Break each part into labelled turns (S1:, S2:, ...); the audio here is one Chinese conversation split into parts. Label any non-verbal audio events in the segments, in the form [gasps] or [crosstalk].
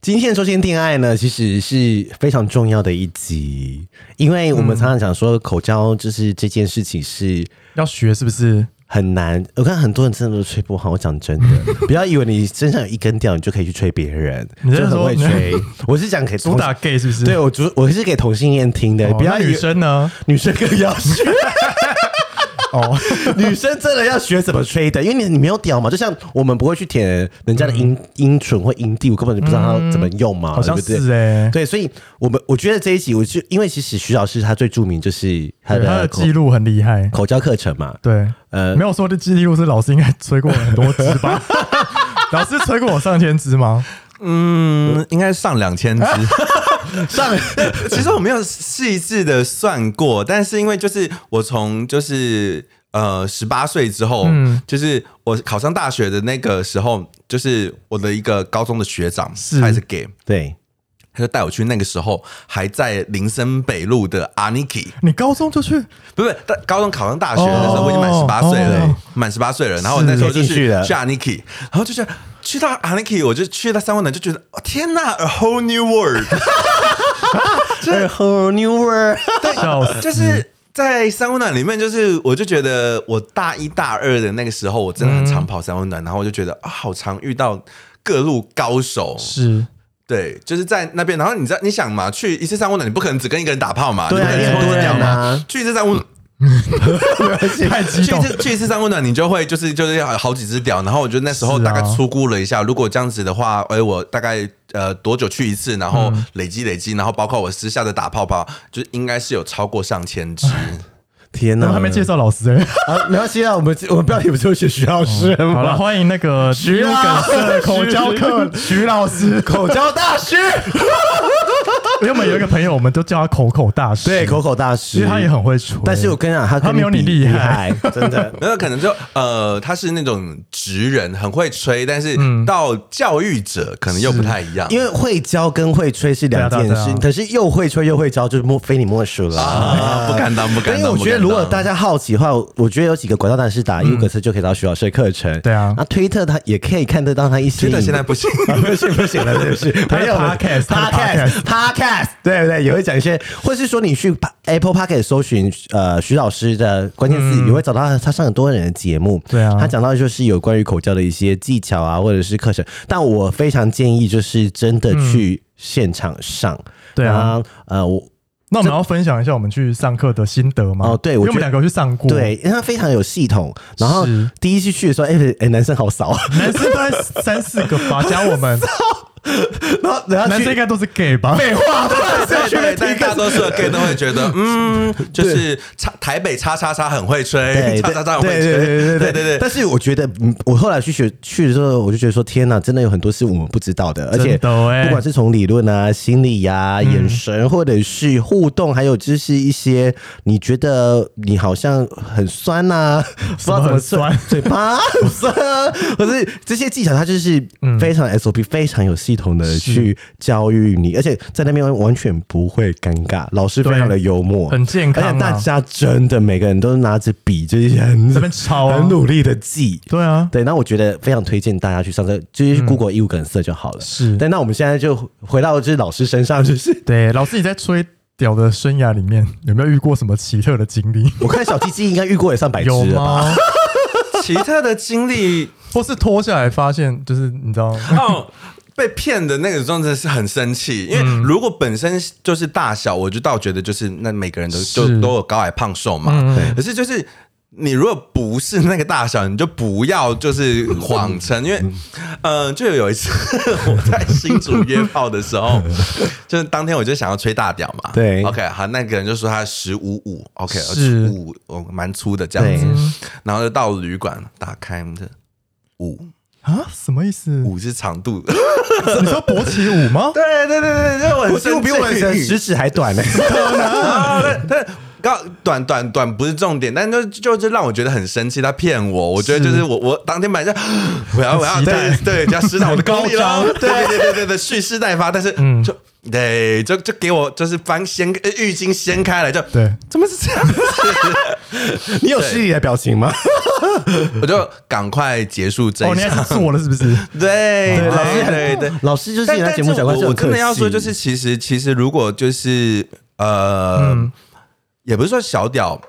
S1: 今天说先恋爱呢，其实是非常重要的一集，因为我们常常讲说口交，就是这件事情是
S2: 要学是不是？
S1: 很难。我看很多人真的都吹不好，我讲
S3: [laughs]
S1: 真的，不要以为你身上有一根掉，你就可以去吹别人，
S2: 你在
S1: 就很
S2: 说
S1: 会
S2: 你
S1: 吹。我是讲给
S2: 主打 gay 是不是？
S1: 对我主我是给同性恋听的，
S2: 哦，
S1: 不要
S2: 那
S1: 以为
S2: 女生呢？
S1: 女生更要 [laughs] 学，
S2: 哦，
S1: [laughs] 女生真的要学怎么吹的，因为你你没有屌嘛，就像我们不会去舔人家的阴阴唇或阴蒂，我根本就不知道它怎么用嘛，
S2: 好像
S1: 对不对
S2: 是哎、
S1: 对，所以我们我觉得这一集，我就因为其实徐老师他最著名就是他
S2: 对，他
S1: 的
S2: 的
S1: 口
S2: 记录很厉害。
S1: 口交课程嘛，
S2: 对，
S1: 呃
S2: 没有说的记录是老师应该吹过很多支 [laughs] 吧？老师吹过我上千支吗？
S4: 嗯，应该上两 [laughs] 千只。
S1: 上
S4: 其实我没有细致的算过，但是因为就是我从就是呃十八岁之后，
S2: 嗯
S4: 就是我考上大学的那个时候，就是我的一个高中的学长，
S2: 是
S4: 他也是 gay，
S1: 对
S4: 他就带我去那个时候还在林森北路的 Aniki，
S2: 你高中就去？
S4: 不是但高中考上大学
S2: 哦
S4: 的时候，我已经满十八岁
S2: 哦
S4: 了，满十八岁了。然后我那时候
S1: 可
S4: 就
S1: 以进去
S4: 去
S1: 了
S4: 去 Aniki，然后就是去到 Aniki，我就去到三温暖，就觉得哦天呐 a whole new world，
S1: 这 whole new world，
S2: 笑
S4: [laughs]
S2: 死！
S4: 就是。在三温暖里面，就是我就觉得我大一大二的那个时候，我真的很常跑三温暖，然后我就觉得啊，好常遇到各路高手，
S2: 是
S4: 对，就是在那边。然后你知道，你想嘛，去一次三温暖，你不可能只跟一个人打炮嘛，
S1: 对啊
S4: 你不可
S2: 一定
S4: 能跟
S2: 很多人
S4: 人讲嘛
S1: 啊，
S4: 去一次三温暖。
S2: [laughs] 太激
S4: 去
S2: 动
S4: 一，次去一次三温暖，你就会就是就是要好几只屌，然后我就那时候
S2: 是啊
S4: 大概粗估了一下，如果这样子的话，哎、我大概呃多久去一次，然后累积累积，然后包括我私下的打泡泡，就是应该是有超过上千只。
S1: 天
S2: 我
S1: 哪！
S2: 们还没介绍老师哎、
S1: 啊，没关系啊，我们我们标题不就是写徐老师
S2: [laughs]
S1: 吗？
S2: 好了，
S1: [laughs]
S2: 欢迎那个徐
S1: 老
S2: 社口交课徐老师。
S1: 口交大师，
S2: 因为我们有一个朋友，我们都叫他口口大师，
S1: 对，口口大师，
S2: 其实他也很会吹。
S1: 但是我跟你讲，他跟
S2: 他没有你
S1: 比
S2: 厉
S1: 厉
S2: 害，
S1: [laughs] 真的。
S4: 那可能就呃，他是那种直人，很会吹，但是到教育者可能又不太一样。
S1: 因为会教跟会吹是两件
S2: 对啊对啊
S1: 事
S2: 对啊，
S1: 可是又会吹又会教，就是莫非你莫属了
S4: 啊不敢当不敢当
S1: 因为我觉得，
S4: 不敢当
S1: 如果大家好奇的话，我我觉得有几个管道，但是打 U 格斯就可以到徐老师的课程。
S2: 嗯对啊
S1: 那推特他也可以看得到他一些
S4: 觉
S1: 影
S4: 得
S1: 片。
S4: [laughs] 现在
S1: [laughs]
S4: 不行，
S1: 不行不行了，是不
S2: [laughs]
S1: 是？
S2: 他的
S1: 没有
S2: podcast，他的
S1: podcast podcast，对不对？也会讲一些，或是说你去呃 Apple Podcast 搜寻呃徐老师的关键字，也会找到他他上很多人的节目。
S2: 嗯对啊
S1: 他讲到就是有关于口交的一些技巧啊，或者是课程。但我非常建议，就是真的去现场上。
S2: 嗯对啊，
S1: 呃，我
S2: 那我们要分享一下我们去上课的心得吗？
S1: 哦对
S2: 因
S1: 我
S2: 为我们
S1: 觉
S2: 两
S1: 得
S2: 个有去上过，，
S1: 对，因为他非常有系统。然后
S2: 嗯是
S1: 第一次去的时候，哎、哎，男生好少，
S2: 男生大概三四个吧，加我们，
S1: [laughs] 然后然后
S2: 男生应
S1: 去。
S2: 该都是 gay 吧？
S1: 废话，
S4: 对对，但大多数的 gay 都会觉得，嗯，就是叉台北叉叉叉很会吹，
S1: 对
S4: 叉叉叉很会
S1: 对
S4: 吹，
S1: 对对
S4: 对
S1: 对
S4: 对
S1: 但是我觉得，嗯我后来去学去的时候，我就觉得说，天呐，真的有很多是我们不知道的，而且
S2: 真的嗯欸
S1: 不管是从理论啊、心理呀、眼神，或者是互动，还有就是一些你觉得你好像很
S2: [laughs]
S1: 酸呐、不知道怎么
S2: 什么很酸
S1: 算，嘴巴 [laughs] 很酸啊，可是这些技巧，它就是
S2: 嗯
S1: 非常 SOP，、非常有系统的去教育你，而且在那边完全不会尴尬，老师非常的幽默，
S2: 很健康啊
S1: 而且大家真的每个人都拿着笔，就是很
S2: 这边抄啊
S1: 很努力的记。
S2: 对啊，
S1: 哦对，那我觉得非常推荐大家去上这，就是去 Google 义务梗色就好了。
S2: 是
S1: 对，那我们现在就回到就是老师身上，
S2: [laughs]
S1: 就是
S2: 对，老师你在吹屌的生涯里面有没有遇过什么奇特的经历？
S1: 我看小鸡鸡应该遇过也上百只
S2: 有
S1: 了吧？
S2: 吗？
S4: 对，奇特的经历
S2: 或是脱下来发现，就是你知道，
S4: 哦，被骗的那个状态是很生气，因为如果本身就是大小，我就倒觉得就是那每个人都
S2: 是
S4: 就都有高矮胖瘦嘛，可是就是。你如果不是那个大小，你就不要就是谎称，因为，呃，就有一次 [laughs] 我在新竹约炮的时候，就是当天我就想要吹大屌嘛，
S1: 对
S4: ，OK，好，那个人就说他十五五，OK，
S2: 是
S4: 十五，哦，蛮粗的这样子
S1: 对，
S4: 然后就到旅馆打开的五
S2: 啊，什么意思？你
S4: 五是长度，
S2: 说勃起
S4: [laughs]
S2: 舞吗？
S4: 对对对对，就我
S1: 我几乎比我的
S4: 生气
S1: 食指还短呢、
S4: [laughs] 啊对对高短短短不是重点，但就就是让我觉得很生气，他骗我，我觉得就是我 [gasps] 我当天晚上我要我要
S2: 期待
S4: 对对，就要施展我的功力了
S2: 很高，
S4: 对对对对对，蓄势待发，但是
S2: 嗯
S4: 就对，就就给我就是翻掀呃浴巾掀开来就
S2: 对，
S4: 怎么是这样子？
S1: 你有失礼的表情 [laughs] 吗？
S4: 我就赶快结束这
S2: 哦，
S4: 一
S2: 你还
S4: 场
S2: 是。做了是不是？
S4: 对对对对，
S1: 老师就是
S4: 但
S1: 在
S4: 但
S1: 节目讲
S4: 是
S1: 过，
S4: 我我真
S1: 可
S4: 的要说，
S1: 惜
S4: 就是其实其实如果就是呃，
S2: 嗯
S4: 也不是说小屌。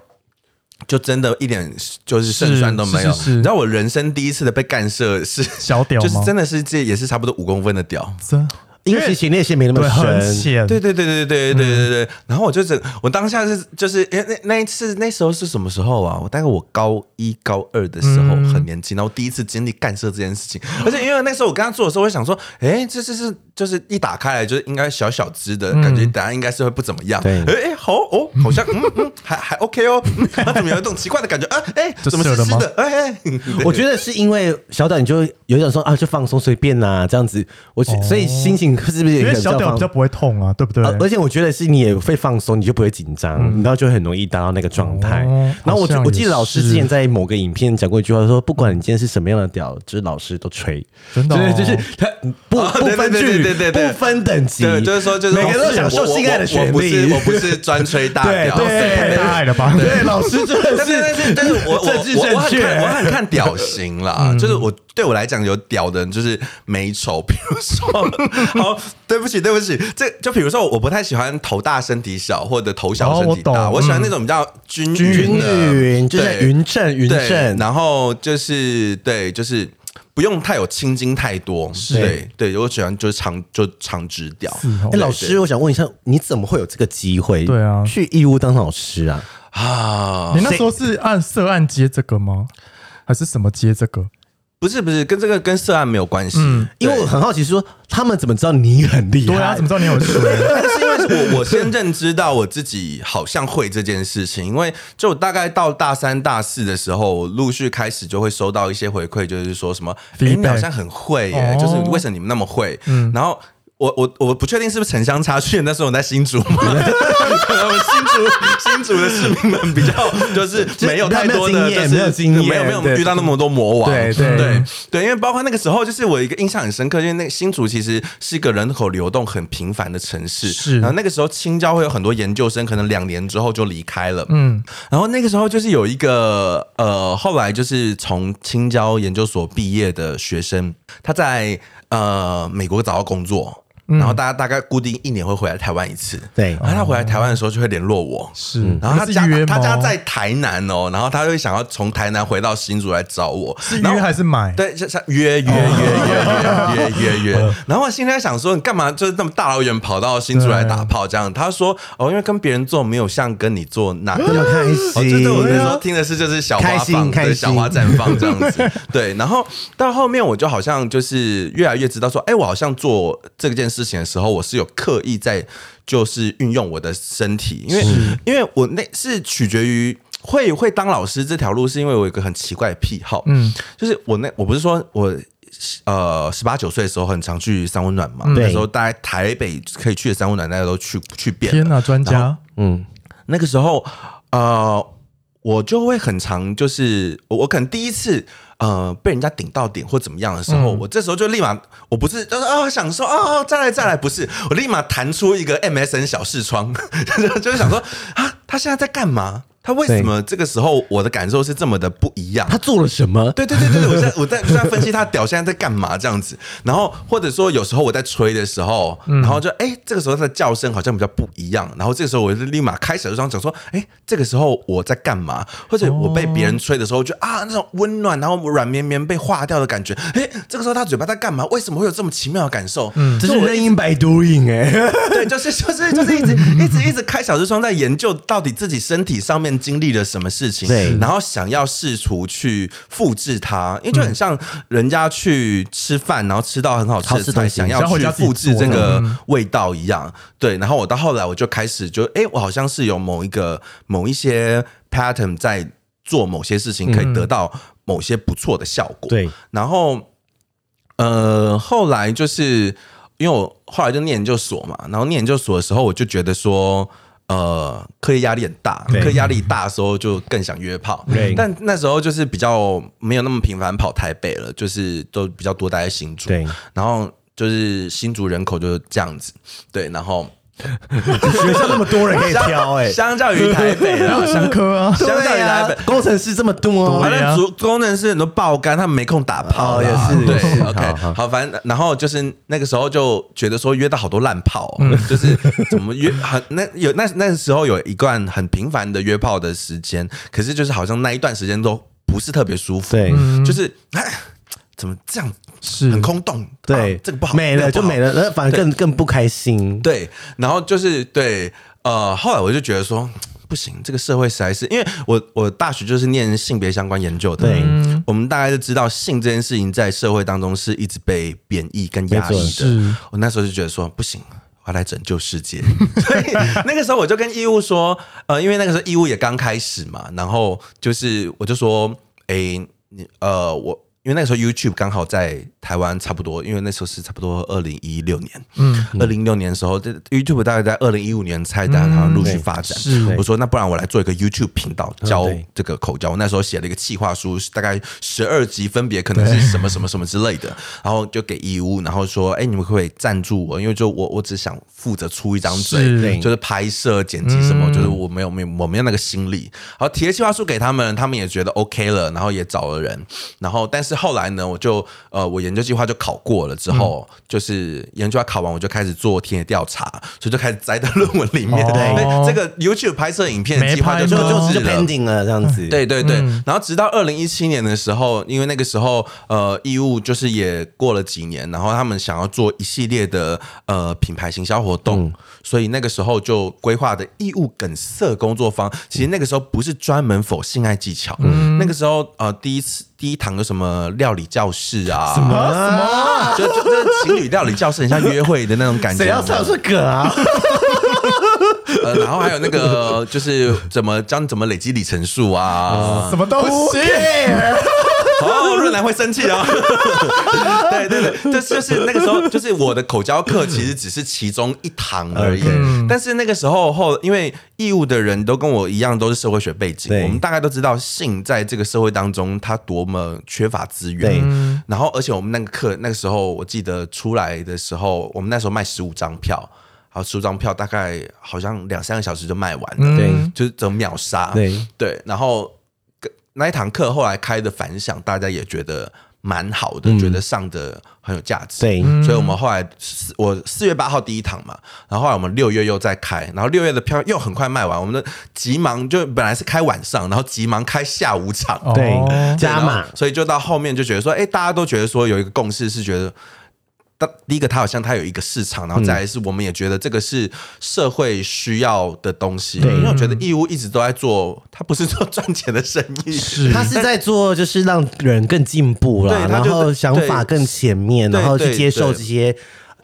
S4: 就真的一点就是胜
S2: 是
S4: 算都没有，
S2: 是是是
S4: 你知道我人生第一次的被干涉是
S2: 小屌吗
S4: [laughs] 就是真的是这也是差不多五公分的屌，
S2: 真
S1: 因为其实那些没那么
S2: 对，很
S1: 深，
S2: 浅，
S4: 对对对对对对对对对。然后我就是我当下是就是因为那那一次那时候是什么时候啊？我大概我高一高二的时候很年轻，然后第一次经历干涉这件事情，而且因为那时候我跟他做的时候，我想说，哎，这这是就是一打开来就是应该小小只的感觉，等下应该是会不怎么样。
S1: 对
S4: 哎哎好哦，好像嗯嗯还还 OK 哦，嗯他怎么有一种奇怪的感觉啊？哎，
S2: 这
S4: 怎么
S2: 射
S4: 湿
S2: 了
S4: 湿
S2: 吗
S4: 的？哎哎，对
S1: 我觉得是因为小岛，你就有一种说啊，就放松随便啦、这样子。我所以心情是不是也
S2: 因
S1: 可
S2: 为
S1: 能比
S2: 小
S1: 较
S2: 屌
S1: 放
S2: 比较不会痛啊，对不对？嗯
S1: 啊，而且我觉得是你也会放松，你就不会紧张，然后就很容易达到那个状态。
S2: 哦
S1: 然后我
S2: 好像
S1: 我记得
S2: 也
S1: 老师之
S2: 是
S1: 前在某个影片讲过一句话，说不管你今天是什么样的屌，就是老师都吹，
S2: 真的哦
S1: 就是就是他不
S4: 啊
S1: 不
S4: 对
S1: 分
S4: 对对
S1: 距
S4: 对对对
S1: 不分等级，
S4: 对，就是说，就是
S1: 每个人都享受
S4: 我
S1: 性爱的
S4: 我
S1: 权
S4: 我不是
S1: 利。
S4: 我
S1: [laughs]
S4: 不是专吹大
S1: 对
S4: 屌，
S2: 是太
S1: 对
S2: 大爱了 [laughs] 吧
S1: 对，老
S4: [laughs]
S1: 师真的
S4: 但是但
S1: 是
S4: 是但是我我
S1: 政治
S4: 我我
S1: 正
S4: 很
S1: 确
S4: 看我很看屌型啦，就是我对我来讲有屌的人就是美丑，比如说，好，对不起对不起，这就比如说我不太喜欢头大身体小或者头小
S2: 哦
S4: 身体大，
S2: 我懂
S4: 我喜欢那种比较均
S2: 均
S4: 匀的，
S1: 云就是
S4: 对
S1: 云正云
S4: 对
S1: 正，
S4: 然后就是对就是。不用太有青筋太多，对对，我喜欢就是长就长直屌。
S2: 哦
S1: 哎、
S4: 对
S1: 老
S4: 对
S1: 师，我想问一下，你怎么会有这个机会？
S2: 对啊
S1: 去义乌当老师啊？
S4: 啊
S2: 你，那时候是按涉案接这个吗？还是什么接这个？
S4: 不是不是，跟这个跟涉案没有关系，
S1: 因为我很好奇说他们怎么知道你很厉害？
S2: 对啊，怎么知道你有水？ [laughs]
S4: 但是因为我我先认知到我自己好像会这件事情，因为就大概到大三大四的时候，我陆续开始就会收到一些回馈，就是说什么，哎、
S2: Feedback
S4: 你好像很会耶、
S2: 哦
S4: 就是为什么你们那么会？
S1: 嗯
S4: 然后。我我我不确定是不是城乡差距，那时候我在新竹嘛，
S1: [laughs]
S4: 可能我们新竹新竹的市民们比较就是没有太多的，
S1: 没有
S4: 就是
S1: 没有经验
S4: 没有没
S1: 对
S4: 有遇到那么多魔王，
S1: 对对
S4: 对 [laughs] 对，因为包括那个时候，就是我有一个印象很深刻，因为那个新竹其实是一个人口流动很频繁的城市，
S2: 是
S4: 然后那个时候青椒会有很多研究生，可能两年之后就离开了，
S2: 嗯，
S4: 然后那个时候就是有一个呃，后来就是从青椒研究所毕业的学生，他在呃美国找到工作。
S2: 嗯
S4: 然后大家大概固定一年会回来台湾一次，
S1: 对
S2: 哦
S4: 然后他回来台湾的时候就会联络我，
S2: 是。
S4: 嗯然后他
S2: 哦是
S4: 家
S2: 约吗
S4: 他家在台南哦，然后他就会想要从台南回到新竹来找我，
S2: 是
S4: 然后
S2: 约还是买？
S4: 对，像像约约约约约约约约。然后我心里在想说，你干嘛就是那么大老远跑到新竹来打炮这样？他说哦，因为跟别人做没有像跟你做那
S1: 这么
S4: 样。
S1: 开
S4: 哦，
S1: 心？
S4: 这对我那时候听的是就是小
S1: 啊开
S4: 花
S1: 心
S4: 放，
S1: 开
S4: 对
S1: 心
S4: 小花绽放这样
S1: [laughs]
S4: 子，对。然后到后面我就好像就是越来越知道说，哎，我好像做这件事情的时候，我是有刻意在就是运用我的身体，因为因为我那是取决于会会当老师这条路，是因为我有一个很奇怪的癖好，
S2: 嗯，
S4: 就是我那我不是说我呃十八九岁的时候很常去三温暖嘛，
S1: 嗯对
S4: 那时候大概台北可以去的三温暖大家都去去遍
S2: 天
S4: 了。
S2: 哪、专家，
S1: 嗯，
S4: 那个时候呃，我就会很常就是我我可能第一次。呃，被人家顶到点或怎么样的时候，我这时候就立马，我不是就是啊、想说啊、再来再来，不是，我立马弹出一个 MSN 小视窗， [laughs] 就是就是想说啊，他现在在干嘛？他为什么这个时候我的感受是这么的不一样？
S1: 他做了什么？
S4: 对对对对，对我现在 [laughs] 我在我现在分析他屌现在在干嘛这样子，然后或者说有时候我在吹的时候，然后就哎、这个时候他的叫声好像比较不一样，然后这个时候我就立马开小张讲说，哎、这个时候我在干嘛？或者我被别人吹的时候，就啊那种温暖，然后软绵绵被化掉的感觉，哎、这个时候他嘴巴在干嘛？为什么会有这么奇妙的感受？嗯，
S1: 这是任音白 doing 哎、
S4: [laughs] 对，就是就是就
S1: [laughs]
S4: 是一直一直一直开小视窗，在研究到底自己身体上面经历了什么事情，
S1: 对
S4: 然后想要试图去复制它，因为就
S1: 嗯
S4: 很像人家去吃饭，然后吃到很好吃
S1: 好
S4: 的
S1: 吃
S4: 菜，
S1: 东西嗯
S4: 想要
S2: 想回
S4: 去
S2: 家自己
S4: 复制
S2: 做
S4: 这个味道一样。对，然后我到后来我就开始就，哎，我好像是有某一个某一些 pattern 在做某些事情，可
S1: 嗯
S4: 以得到某些不错的效果。
S1: 对，
S4: 然后呃，后来就是因为我后来就念研究所嘛，然后念研究所的时候，我就觉得说，呃课业压力很大，
S1: 对嗯
S4: 课业压力大的时候就更想约炮
S1: 对。
S4: 但那时候就是比较没有那么频繁跑台北了，就是都比较多待在新竹。
S1: 对，
S4: 然后就是新竹人口就是这样子，对，然后
S1: 学校那么多人可以挑
S4: [laughs]
S1: 哎、
S4: 相较于台
S1: [laughs]
S4: 北啦，
S2: 上课啊，
S4: 相较于台北。
S1: 工程师这么多，
S4: 反
S2: 对啊
S4: 正主工程师很多爆肝，他们没空打炮
S1: 哦
S4: 啦、
S1: 也是也是
S4: 对
S1: 好
S4: ，OK，
S1: 好
S4: 好，反正然后就是那个时候就觉得说约到好多烂炮、哦，
S2: 嗯
S4: 就是怎么约很那有那那时候有一段很频繁的约炮的时间，可是就是好像那一段时间都不是特别舒服，
S1: 对
S2: 嗯
S4: 就是哎怎么这样
S2: 是
S4: 很空洞，
S1: 对、
S4: 啊这个不好，
S1: 没
S4: 那
S1: 了
S4: 个不
S1: 就
S4: 好
S1: 没了，然后反而更更不开心。
S4: 对，然后就是对，呃，后来我就觉得说。不行，这个社会实在是，因为我我大学就是念性别相关研究的，
S1: 对嗯
S4: 我们大概就知道性这件事情在社会当中是一直被贬义跟压抑
S1: 没错
S4: 的。我那时候就觉得说不行。我要来拯救世界， [laughs] 所以那个时候我就跟义务说，呃，因为那个时候义务也刚开始嘛，然后就是我就说，诶，你呃，我因为那个时候 YouTube 刚好在台湾差不多，因为那时候是差不多二零一六年，嗯，二零一六年的时候这，YouTube 大概在二零一五年才在台湾陆续发展。
S2: 是
S4: 我说那不然我来做一个 YouTube 频道
S2: 嗯
S4: 教
S1: 对
S4: 这个口交。我那时候写了一个企划书，大概十二集，分别可能是什么什么什么之类的，然后就给义乌，然后说，哎、你们可不可以赞助我？因为就我我只想负责出一张嘴，
S2: 是嗯
S4: 就是拍摄、剪辑什么，就是我没有没有我没有那个心力。然后提了企划书给他们，他们也觉得 OK 了，然后也找了人，然后但是后来呢，我就呃我研究计划就考过了之后，
S2: 嗯
S4: 就是研究计划考完，我就开始做田野调查，所以就开始栽到论文里面。
S2: 哦
S4: 对，这个 YouTube 拍摄影片的
S2: 没
S4: 计划就
S2: 拍
S4: 就
S2: 吗
S4: 就
S1: 就是就
S4: 了。
S1: pending 了这样子，
S4: 对对对，然后直到二零一七年的时候，因为那个时候呃，义务就是也过了几年，然后他们想要做一系列的呃品牌行销活动，
S1: 嗯
S4: 所以那个时候就规划的义务梗塞工作坊，
S1: 嗯
S4: 其实那个时候不是专门否性爱技巧，那个时候呃第一次第一堂有什么料理教
S1: [laughs]
S4: 室啊， [laughs] 什么什么，就就就是情侣料理教室，很像约会的那种感觉，
S1: 谁要上这个啊？
S4: 呃，然后还有那个就是怎么教你怎么累积里程数啊
S2: 什，么东西？
S4: 哦，润南会生气
S1: [laughs]
S4: 啊！对对对，这就是那个时候，就是我的口交课其实只是其中一堂而已
S1: OK。嗯
S4: 但是那个时候后，因为义务的人都跟我一样都是社会学背景
S1: 对，
S4: 我们大概都知道性在这个社会当中它多么缺乏资
S1: 对
S4: 源。然后，而且我们那个课那个时候，我记得出来的时候，我们那时候卖十五张票。好，十五张票大概好像两三个小时就卖完了，
S1: 对
S2: 嗯
S4: 就是整秒杀。
S1: 对
S4: 对，然后跟那一堂课后来开的反响，大家也觉得蛮好的，觉得上的很有价值。
S1: 对
S4: 所以我们后来四我四月八号第一堂嘛，然后后来我们六月又再开，然后六月的票又很快卖完，我们的急忙就本来是开晚上，然后急忙开下午场，
S2: 哦
S1: 对，加
S4: 然
S1: 码
S4: 后，所以就到后面就觉得说，哎、大家都觉得说有一个共识是觉得。大第一个，它好像它有一个市场，然后再来是我们也觉得这个是社会需要的东西。因为我觉得义乌一直都在做，它不是做赚钱的生意，
S2: 是
S1: 他是在做就是让人更进步啦，
S4: 对他
S1: 然
S4: 就
S1: 后
S4: 是
S1: 想法更前面，
S4: 对
S1: 然后去
S4: 对
S1: 接受
S4: 对
S1: 这些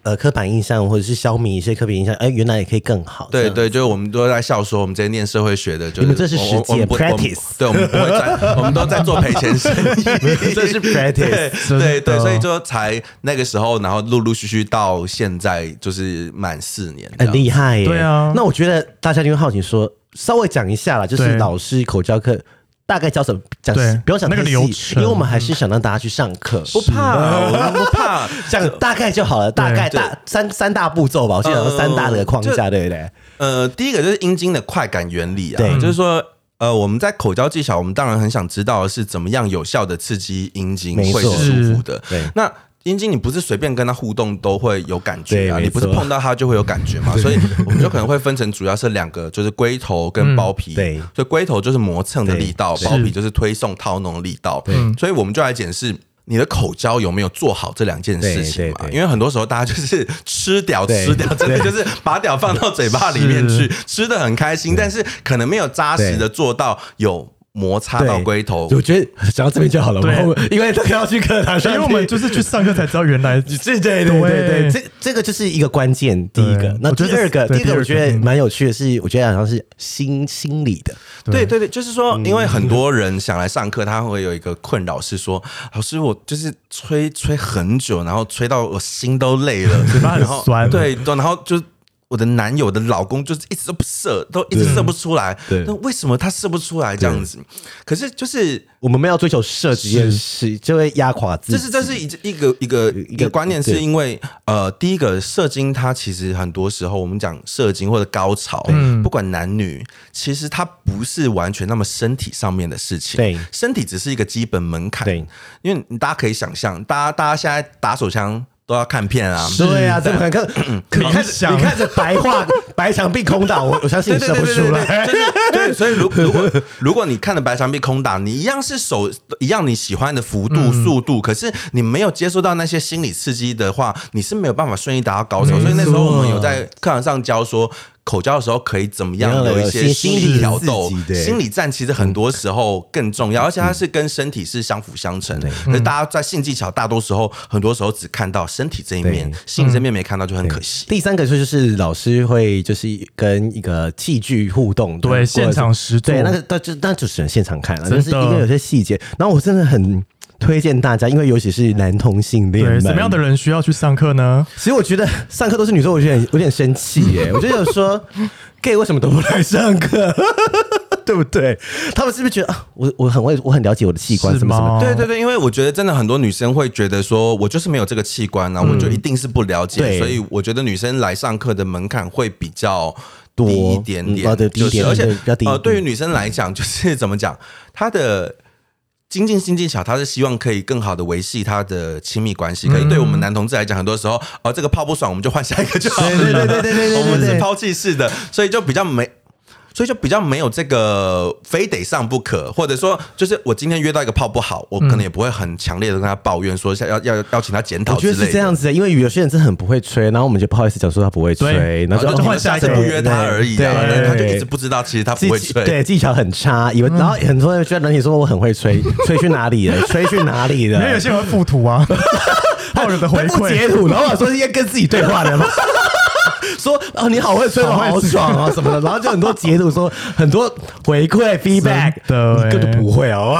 S1: 呃刻板印象，或者是消弭一些刻板印象。哎，原来也可以更好。这
S4: 对
S1: 样，
S4: 对，就是我们都在笑说，我们这些念社会学的，就是
S1: 你们这是实
S4: 我
S1: 践
S4: 我们不
S1: practice
S4: 我们对，我们不会赚，我们都在做赔钱生意，
S1: [laughs] 这是 practice
S4: 对对
S2: 真的
S4: 对，所以就才那个时候，然后陆陆续续到现在，就是满四年这
S1: 很
S4: 样，
S1: 厉害耶。
S2: 对啊
S1: 那我觉得大家就会好奇说，稍微讲一下啦，就是
S2: 对
S1: 老师口交课。大概教什么？讲
S2: 对
S1: 不要讲
S2: 那个
S1: 太
S2: 流
S1: 细，
S2: 程
S1: 因为我们还是想让大家去上课，
S4: 不怕，我不怕。
S1: 讲大概就好了。大概大三三大步骤吧，我记得有
S4: 嗯
S1: 三大的框架，对不对？
S4: 呃，第一个就是阴茎的快感原理啊，
S1: 对
S4: 就是说。呃，我们在口交技巧，我们当然很想知道的是怎么样有效的刺激阴茎
S1: 没错
S4: 会是舒服的。
S1: 对
S4: 那阴茎你不是随便跟它互动都会有感
S1: 对没
S4: 觉啊，
S1: 错
S4: 你不是碰到它就会有感觉嘛，所以我们就可能会分成主要是两个，就是龟头跟包皮。
S1: 嗯对
S4: 所以龟头就是磨蹭的力道，
S1: 对
S4: 包皮就是推送套弄的力道。所以我们就来检视。你的口交有没有做好这两件事情嘛
S1: 对对？对
S4: 因为很多时候大家就是吃屌
S1: 对
S4: 吃屌，真的就是把屌放到嘴巴里面去，吃的很开心，但是可能没有扎实的做到有摩擦到
S1: 对
S4: 龟头。
S1: 我觉得讲到这边就好了，我
S2: 对
S1: 们因为这个要去课堂上
S2: 哎因
S1: 听，
S2: 为我们就是去上课才知道原
S4: [laughs]
S2: 来
S1: 对对对对对，
S2: 对
S1: 这这个就是一个关键，第一个
S2: 对。
S1: 那
S2: 我觉
S1: 第
S2: 得
S1: 二个，
S2: 对
S1: 第一个
S2: 第二个
S1: 我觉得蛮有趣的是，我觉得好像是心心理的，
S4: 对对对，就是说，因为很多人想来上课，他会有一个困扰是说，老师我就是吹吹很久，然后吹到我心都累了，
S2: 巴很
S4: 然后
S2: 酸
S4: 对，然后就。我的男友的老公就是一直都不射，都一直射不出来。
S1: 对
S4: 那为什么他射不出来这样子？可是就是
S1: 我们没有追求射这件事，就会压垮自
S4: 这
S1: 己。
S4: 是这是一一个一个一个观念，
S1: 对
S4: 是因为呃，第一个射精，它其实很多时候我们讲射精或者高潮，
S2: 嗯
S4: 不管男女，其实它不是完全那么身体上面的事情，
S1: 对
S4: 身体只是一个基本门槛，
S1: 对，
S4: 因为你大家可以想象，大家大家现在打手枪都要看片啊，
S1: 对啊，怎么可能看？你看着
S2: 想
S1: 你看着白话白墙壁空岛，我我相信
S4: 对
S1: 你
S4: 对
S1: 射不
S4: 对对
S1: 出
S4: 对
S1: 来。
S4: 对，就是对，所以如 [laughs] 如果如果你看了白墙壁空打，你一样是手一样你喜欢的幅度、
S1: 嗯
S4: 速度，可是你没有接受到那些心理刺激的话，你是没有办法顺利达到高潮。所以那时候我们有在课堂上教说。口交的时候可以怎么样？
S1: 要有
S4: 有一
S1: 一
S4: 些
S1: 些
S4: 心
S1: 心理
S4: 理挑逗
S1: 刺激、对
S4: 心理战，其实很多时候更重要，而且它是跟身体是相辅相成。可是大家在性技巧，大多时候很多时候只看到身体这一面
S1: 对，嗯
S4: 性这面没看到就很可惜。
S1: 第三个就是老师会就是跟一个器具互动，
S2: 对
S1: 或者是
S2: 现场实作
S1: 对，那个但就那就只能现场看了，
S2: 真的
S1: 就是因为有些细节。然后我真的很推荐大家，因为尤其是男同性恋
S2: 对，
S1: 们，
S2: 什么样的人需要去上课呢？
S1: 其实我觉得上课都是女生，我有点有点生气
S2: [laughs]
S1: 耶、我就想说，gay 为什么都不来上课？ [laughs] 对不对？他们是不是觉得啊，我我很会，我很了解我的器官
S2: 是
S1: 什么什么
S2: 吗？
S4: 对对对，因为我觉得真的很多女生会觉得说，我就是没有这个器官啊，我就一定是不了解，
S1: 嗯对
S4: 所以我觉得女生来上课的门槛会比较。
S1: 多
S4: 低一点点，
S1: 嗯哦对低一点
S4: 就是而
S1: 对
S4: 且
S1: 比较低
S4: 呃，
S1: 嗯
S4: 对于女生来讲，就是怎么讲，她的精进新技巧，她是希望可以更好的维系她的亲密关系。可
S1: 嗯
S4: 以对我们男同志来讲，很多时候，哦，这个泡不爽，我们就换下一个就好了。
S1: 对对对对对对对
S4: [laughs] 我们是抛弃式的，所以就比较没所以就比较没有这个非得上不可，或者说就是我今天约到一个泡不好，我可能也不会很强烈的跟他抱怨说要要要请他检讨
S1: 我觉得
S4: 之类
S1: 是这
S4: 的。
S1: 样子，因为有些人真的很不会吹，然后我们就不好意思讲说他不会吹
S2: 对，
S1: 然后就
S4: 然后就
S2: 哦
S4: 换
S2: 换下
S4: 下
S2: 一
S4: 次
S2: 个
S4: 不约他而已啊，
S1: 对
S4: 然后他就
S1: 对
S4: 一直不知道，其实他不
S1: 技
S4: 会吹。
S1: 对技巧很差，以为然后很多人觉得软体说我很会吹，吹去哪里了？吹去哪里了
S2: 因？为有些人会附图啊，抱着的回
S1: 不截
S2: 馈，
S1: 图，然后我说应该跟自己对话的吗？ [laughs] 说哦，你好会吹，我好爽啊什么的，然后就很多截图说很多回馈 feedback，
S2: 的欸
S1: 你根本不会哦。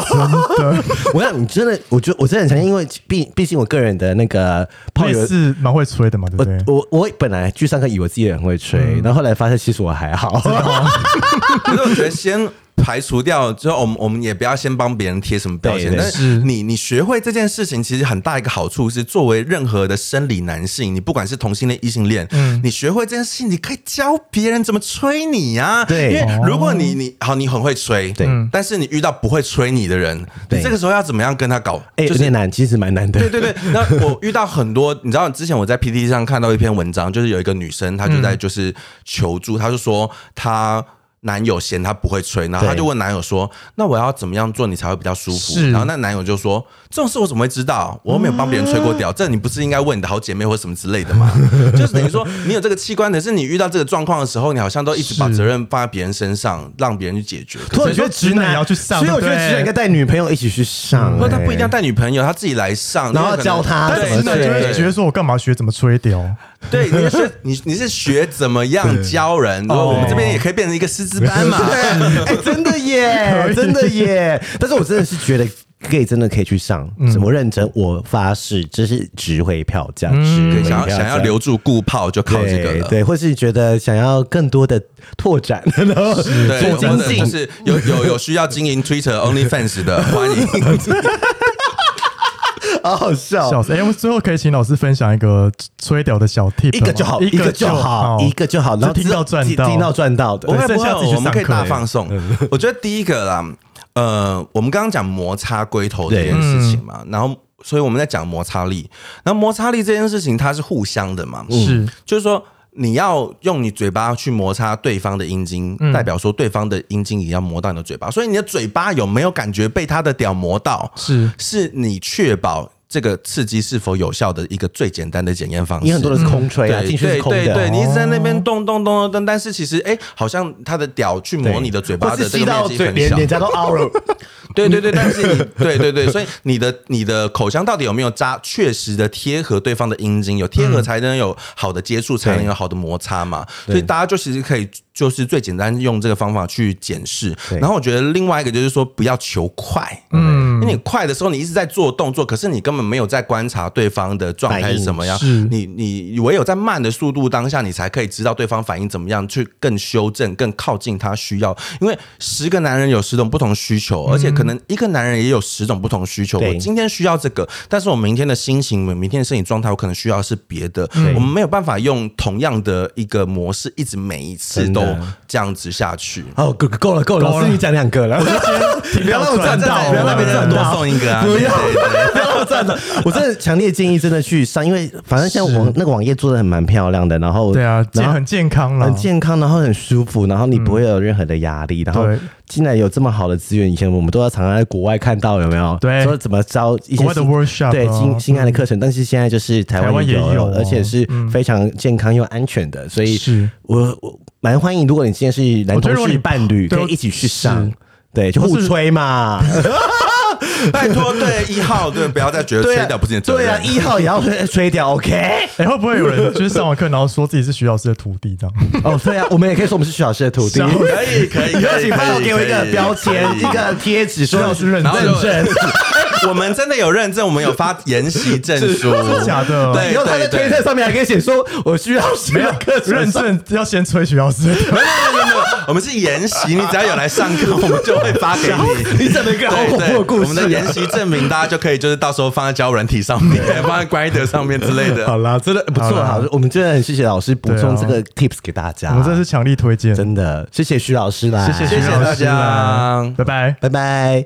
S1: [laughs] 我想你真的，我觉得我真的很相信，因为毕毕竟我个人的那个炮
S2: 类
S1: 友
S2: 似蛮会吹的嘛，对不
S1: 我
S2: 对？
S1: 我我本来去上课以为自己很会吹，然后后来发现其实我还好。
S4: [laughs] 可是我觉得先排除掉之后，我们我们也不要先帮别人贴什么标签。
S1: 对对
S4: 但是你你学会这件事情，其实很大一个好处是，作为任何的生理男性，你不管是同性恋、异性恋，
S1: 嗯
S4: 你学会这件事情，你可以教别人怎么吹你呀、啊。
S1: 对哦
S4: 因为如果你你好，你很会吹，对但是你遇到不会吹你的人，
S1: 对
S4: 你这个时候要怎么样跟他搞？
S1: [laughs] 哎、
S4: 就
S1: 有
S4: 是
S1: 点难，其实蛮难的。
S4: 对
S1: [laughs]
S4: 对对，那我遇到很多，你知道之前我在 PPT 上看到一篇文章，就是有一个女生，她就
S1: 嗯
S4: 在就是求助，她就说她。男友嫌她不会吹，然后她
S1: 对
S4: 就问男友说：“那我要怎么样做你才会比较舒服？”
S2: 是
S4: 然后那男友就说：“这种事我怎么会知道？我又没有帮别人吹过
S1: 嗯
S4: 屌，这你不是应该问你的好姐妹或什么之类的吗？” [laughs] 就是等于说你有这个器官，可是你遇到这个状况的时候，你好像都一直把责任放在别人身上，让别人去解决。可是
S1: 所以我觉得
S2: 直男也要去上
S1: 所以我觉
S2: 对
S1: 得
S2: 不对
S1: 直男应该带女朋友一起去上、
S4: 不过他
S1: 哎
S4: 不一定要带女朋友，他自己来上，
S1: 然后
S4: 因为可能
S1: 教她
S2: 但
S4: 对
S2: 直男就
S4: 对
S2: 会
S4: 对
S2: 觉得说，我干嘛学怎么吹屌？
S4: 对，你 [laughs] 是你你是学怎么样教人，然后我们这边也可以变成一个师资班嘛。
S1: 对，哎、真的耶，真的耶！但是我真的是觉得 gay 真的可以去上，我认真，我发誓，这是值回票价，值回
S4: [laughs] 对，想
S1: 票
S4: 要
S1: 价。
S4: 想要留住顾炮就靠这个
S1: 对
S4: 了。
S1: 对，或是觉得想要更多的拓展， [laughs] 然后
S4: 对，
S1: 做
S4: 或
S1: 精
S4: 者就
S1: 进，
S4: 是有有有需要经营 [laughs] Twitter、OnlyFans 的，欢 [laughs] 迎。
S1: 好好笑。
S2: 笑死！哎，我们最后可以请老师分享一个吹屌的小 tip，
S1: 一个就好，
S2: 吗
S1: 一个就好，一个就好，然后
S2: 就听到
S1: 知道
S2: 赚到
S1: 听到赚到
S4: 我
S1: 的。
S4: 会不
S2: 剩
S4: 会
S2: 下自己去
S4: 我们可以
S2: 上课嗯
S4: 大放送？ [laughs] 我觉得第一个啦，呃，我们刚刚讲摩擦龟头这件事情
S2: 嗯
S4: 嘛，然后所以我们在讲摩擦力，然后摩擦力这件事情它是互相的嘛，
S2: 嗯是
S4: 就是说你要用你嘴巴去摩擦对方的阴茎，
S2: 嗯
S4: 代表说对方的阴茎也要磨到你的嘴巴，所以你的嘴巴有没有感觉被他的屌磨到，
S2: 是
S4: 是你确保。这个刺激是否有效的一个最简单的检验方式，
S1: 因为很多人是空吹啊，
S4: 嗯对
S1: 进去是
S4: 对
S1: 空的，哦
S4: 对对，你一直在那边动动动动动，但是其实哎、好像他的屌去
S1: 对
S4: 磨你的嘴巴
S1: 或是
S4: 的这
S1: 吸
S4: 个
S1: 到
S4: 面积
S1: 嘴，
S4: 很
S1: 脸
S4: 小，
S1: 脸颊都凹了。
S4: 对对对，但是你 [laughs] 对对对，所以你的你的口腔到底有没有扎确实的贴合对
S1: 嗯
S4: 方的阴茎？有贴合才能有好的接触，才能有好的摩擦嘛。所以大家就其实可以就是最简单用这个方法去检视
S1: 对。
S4: 然后我觉得另外一个就是说，不要求快，
S2: 嗯
S4: 因为你快的时候你一直在做动作，可是你根本没有在观察对方的状态是什么样
S2: 反应是。
S4: 你你唯有在慢的速度当下，你才可以知道对方反应怎么样，去更修正、更靠近他需要。因为十个男人有十种不同需求，而且可能一个男人也有十种不同需求。
S1: 对
S4: 我今天需要这个，但是我明天的心情、我明天的身体状态，我可能需要的是别的。
S1: 嗯
S4: 我们没有办法用同样的一个模式，一直每一次
S1: 真的
S4: 都这样子下去。
S1: [laughs] 哦，够够了够了，老师你讲两个了， [laughs] 不要让我赚到，不要让我赚到。
S4: 多送一个啊！
S1: 不要
S4: 对对对
S1: 不要站着！ [laughs] 我真的强烈建议，真的去上，因为反正像网那个网页做的很蛮漂亮的，然后
S2: 对啊，
S1: 然
S2: 健
S1: 后
S2: 很健康了，
S1: 很健康，然后很舒服，然后你不会有任何的压力，然后
S2: 对
S1: 竟然有这么好的资源，以前我们都要常常在国外看到，有没有？
S2: 对
S1: 说怎么招一些
S2: 国外的
S1: 新
S2: workshop
S1: 对
S2: 啊
S1: 新新爱的课程，但是现在就是台
S2: 台湾
S1: 湾
S2: 也
S1: 有了，
S2: 有哦
S1: 而且是非常健康又安全的，所以
S2: 是
S1: 我我蛮欢迎，如果你今天是男
S2: 我觉得如
S1: 同
S2: 果你
S1: 事伴侣，
S2: 对
S1: 可以一起去上
S2: 是。
S1: 对，就互
S2: 或是
S1: 吹嘛，
S4: 拜托，对一号，对，不要再觉得
S1: 对
S4: 吹
S1: 啊
S4: 掉不是你的责
S1: 对
S4: 任。
S1: 啊，一号也要吹吹掉，OK？
S2: [laughs] 哎、会不会有人就是上完课，然后说自己是徐老师的徒弟这样？
S1: 哦，对啊，我们也可以说我们是徐老师的 [laughs] 徒弟，
S2: 小
S4: 可以啊可以，
S1: 以后
S4: 可以
S1: 请帮我给我一个标签，一个贴纸，说
S2: 徐老师认
S4: 然后
S2: 证，
S4: 就 [laughs] 哎我们真的有认证，我们有发研习证书，
S2: 真的假的
S4: 对
S1: 以后他在
S4: 对
S1: 推
S4: 对，
S1: 特上面还可以写说，我需要没有课程
S2: 认
S1: 上
S2: 证要先吹徐老师的
S4: 没有没有没有，我们是研习，你只要有来上课，我们就会发给你。
S1: 你整了一 [laughs] 个好
S4: 对
S1: 恐怖
S4: 对，
S1: 的故
S4: 我们的
S1: 事
S4: 研
S1: 啊。
S4: 习证明，大家就可以就是到时候放在交友软体上面，放在 Grinder 上面之类的。
S1: 啦，真的不
S2: 好
S1: 错
S2: 啦
S1: 好，我们真的很谢谢老师补
S2: 对
S1: 充
S2: 啊
S1: 这个 tips 给大家，
S2: 我们真的是强力推荐，
S1: 真的谢谢徐老师啦，
S2: 谢谢
S4: 谢
S2: 徐
S4: 谢
S2: 老师啦
S4: 大家
S2: 拜拜。
S1: 拜拜。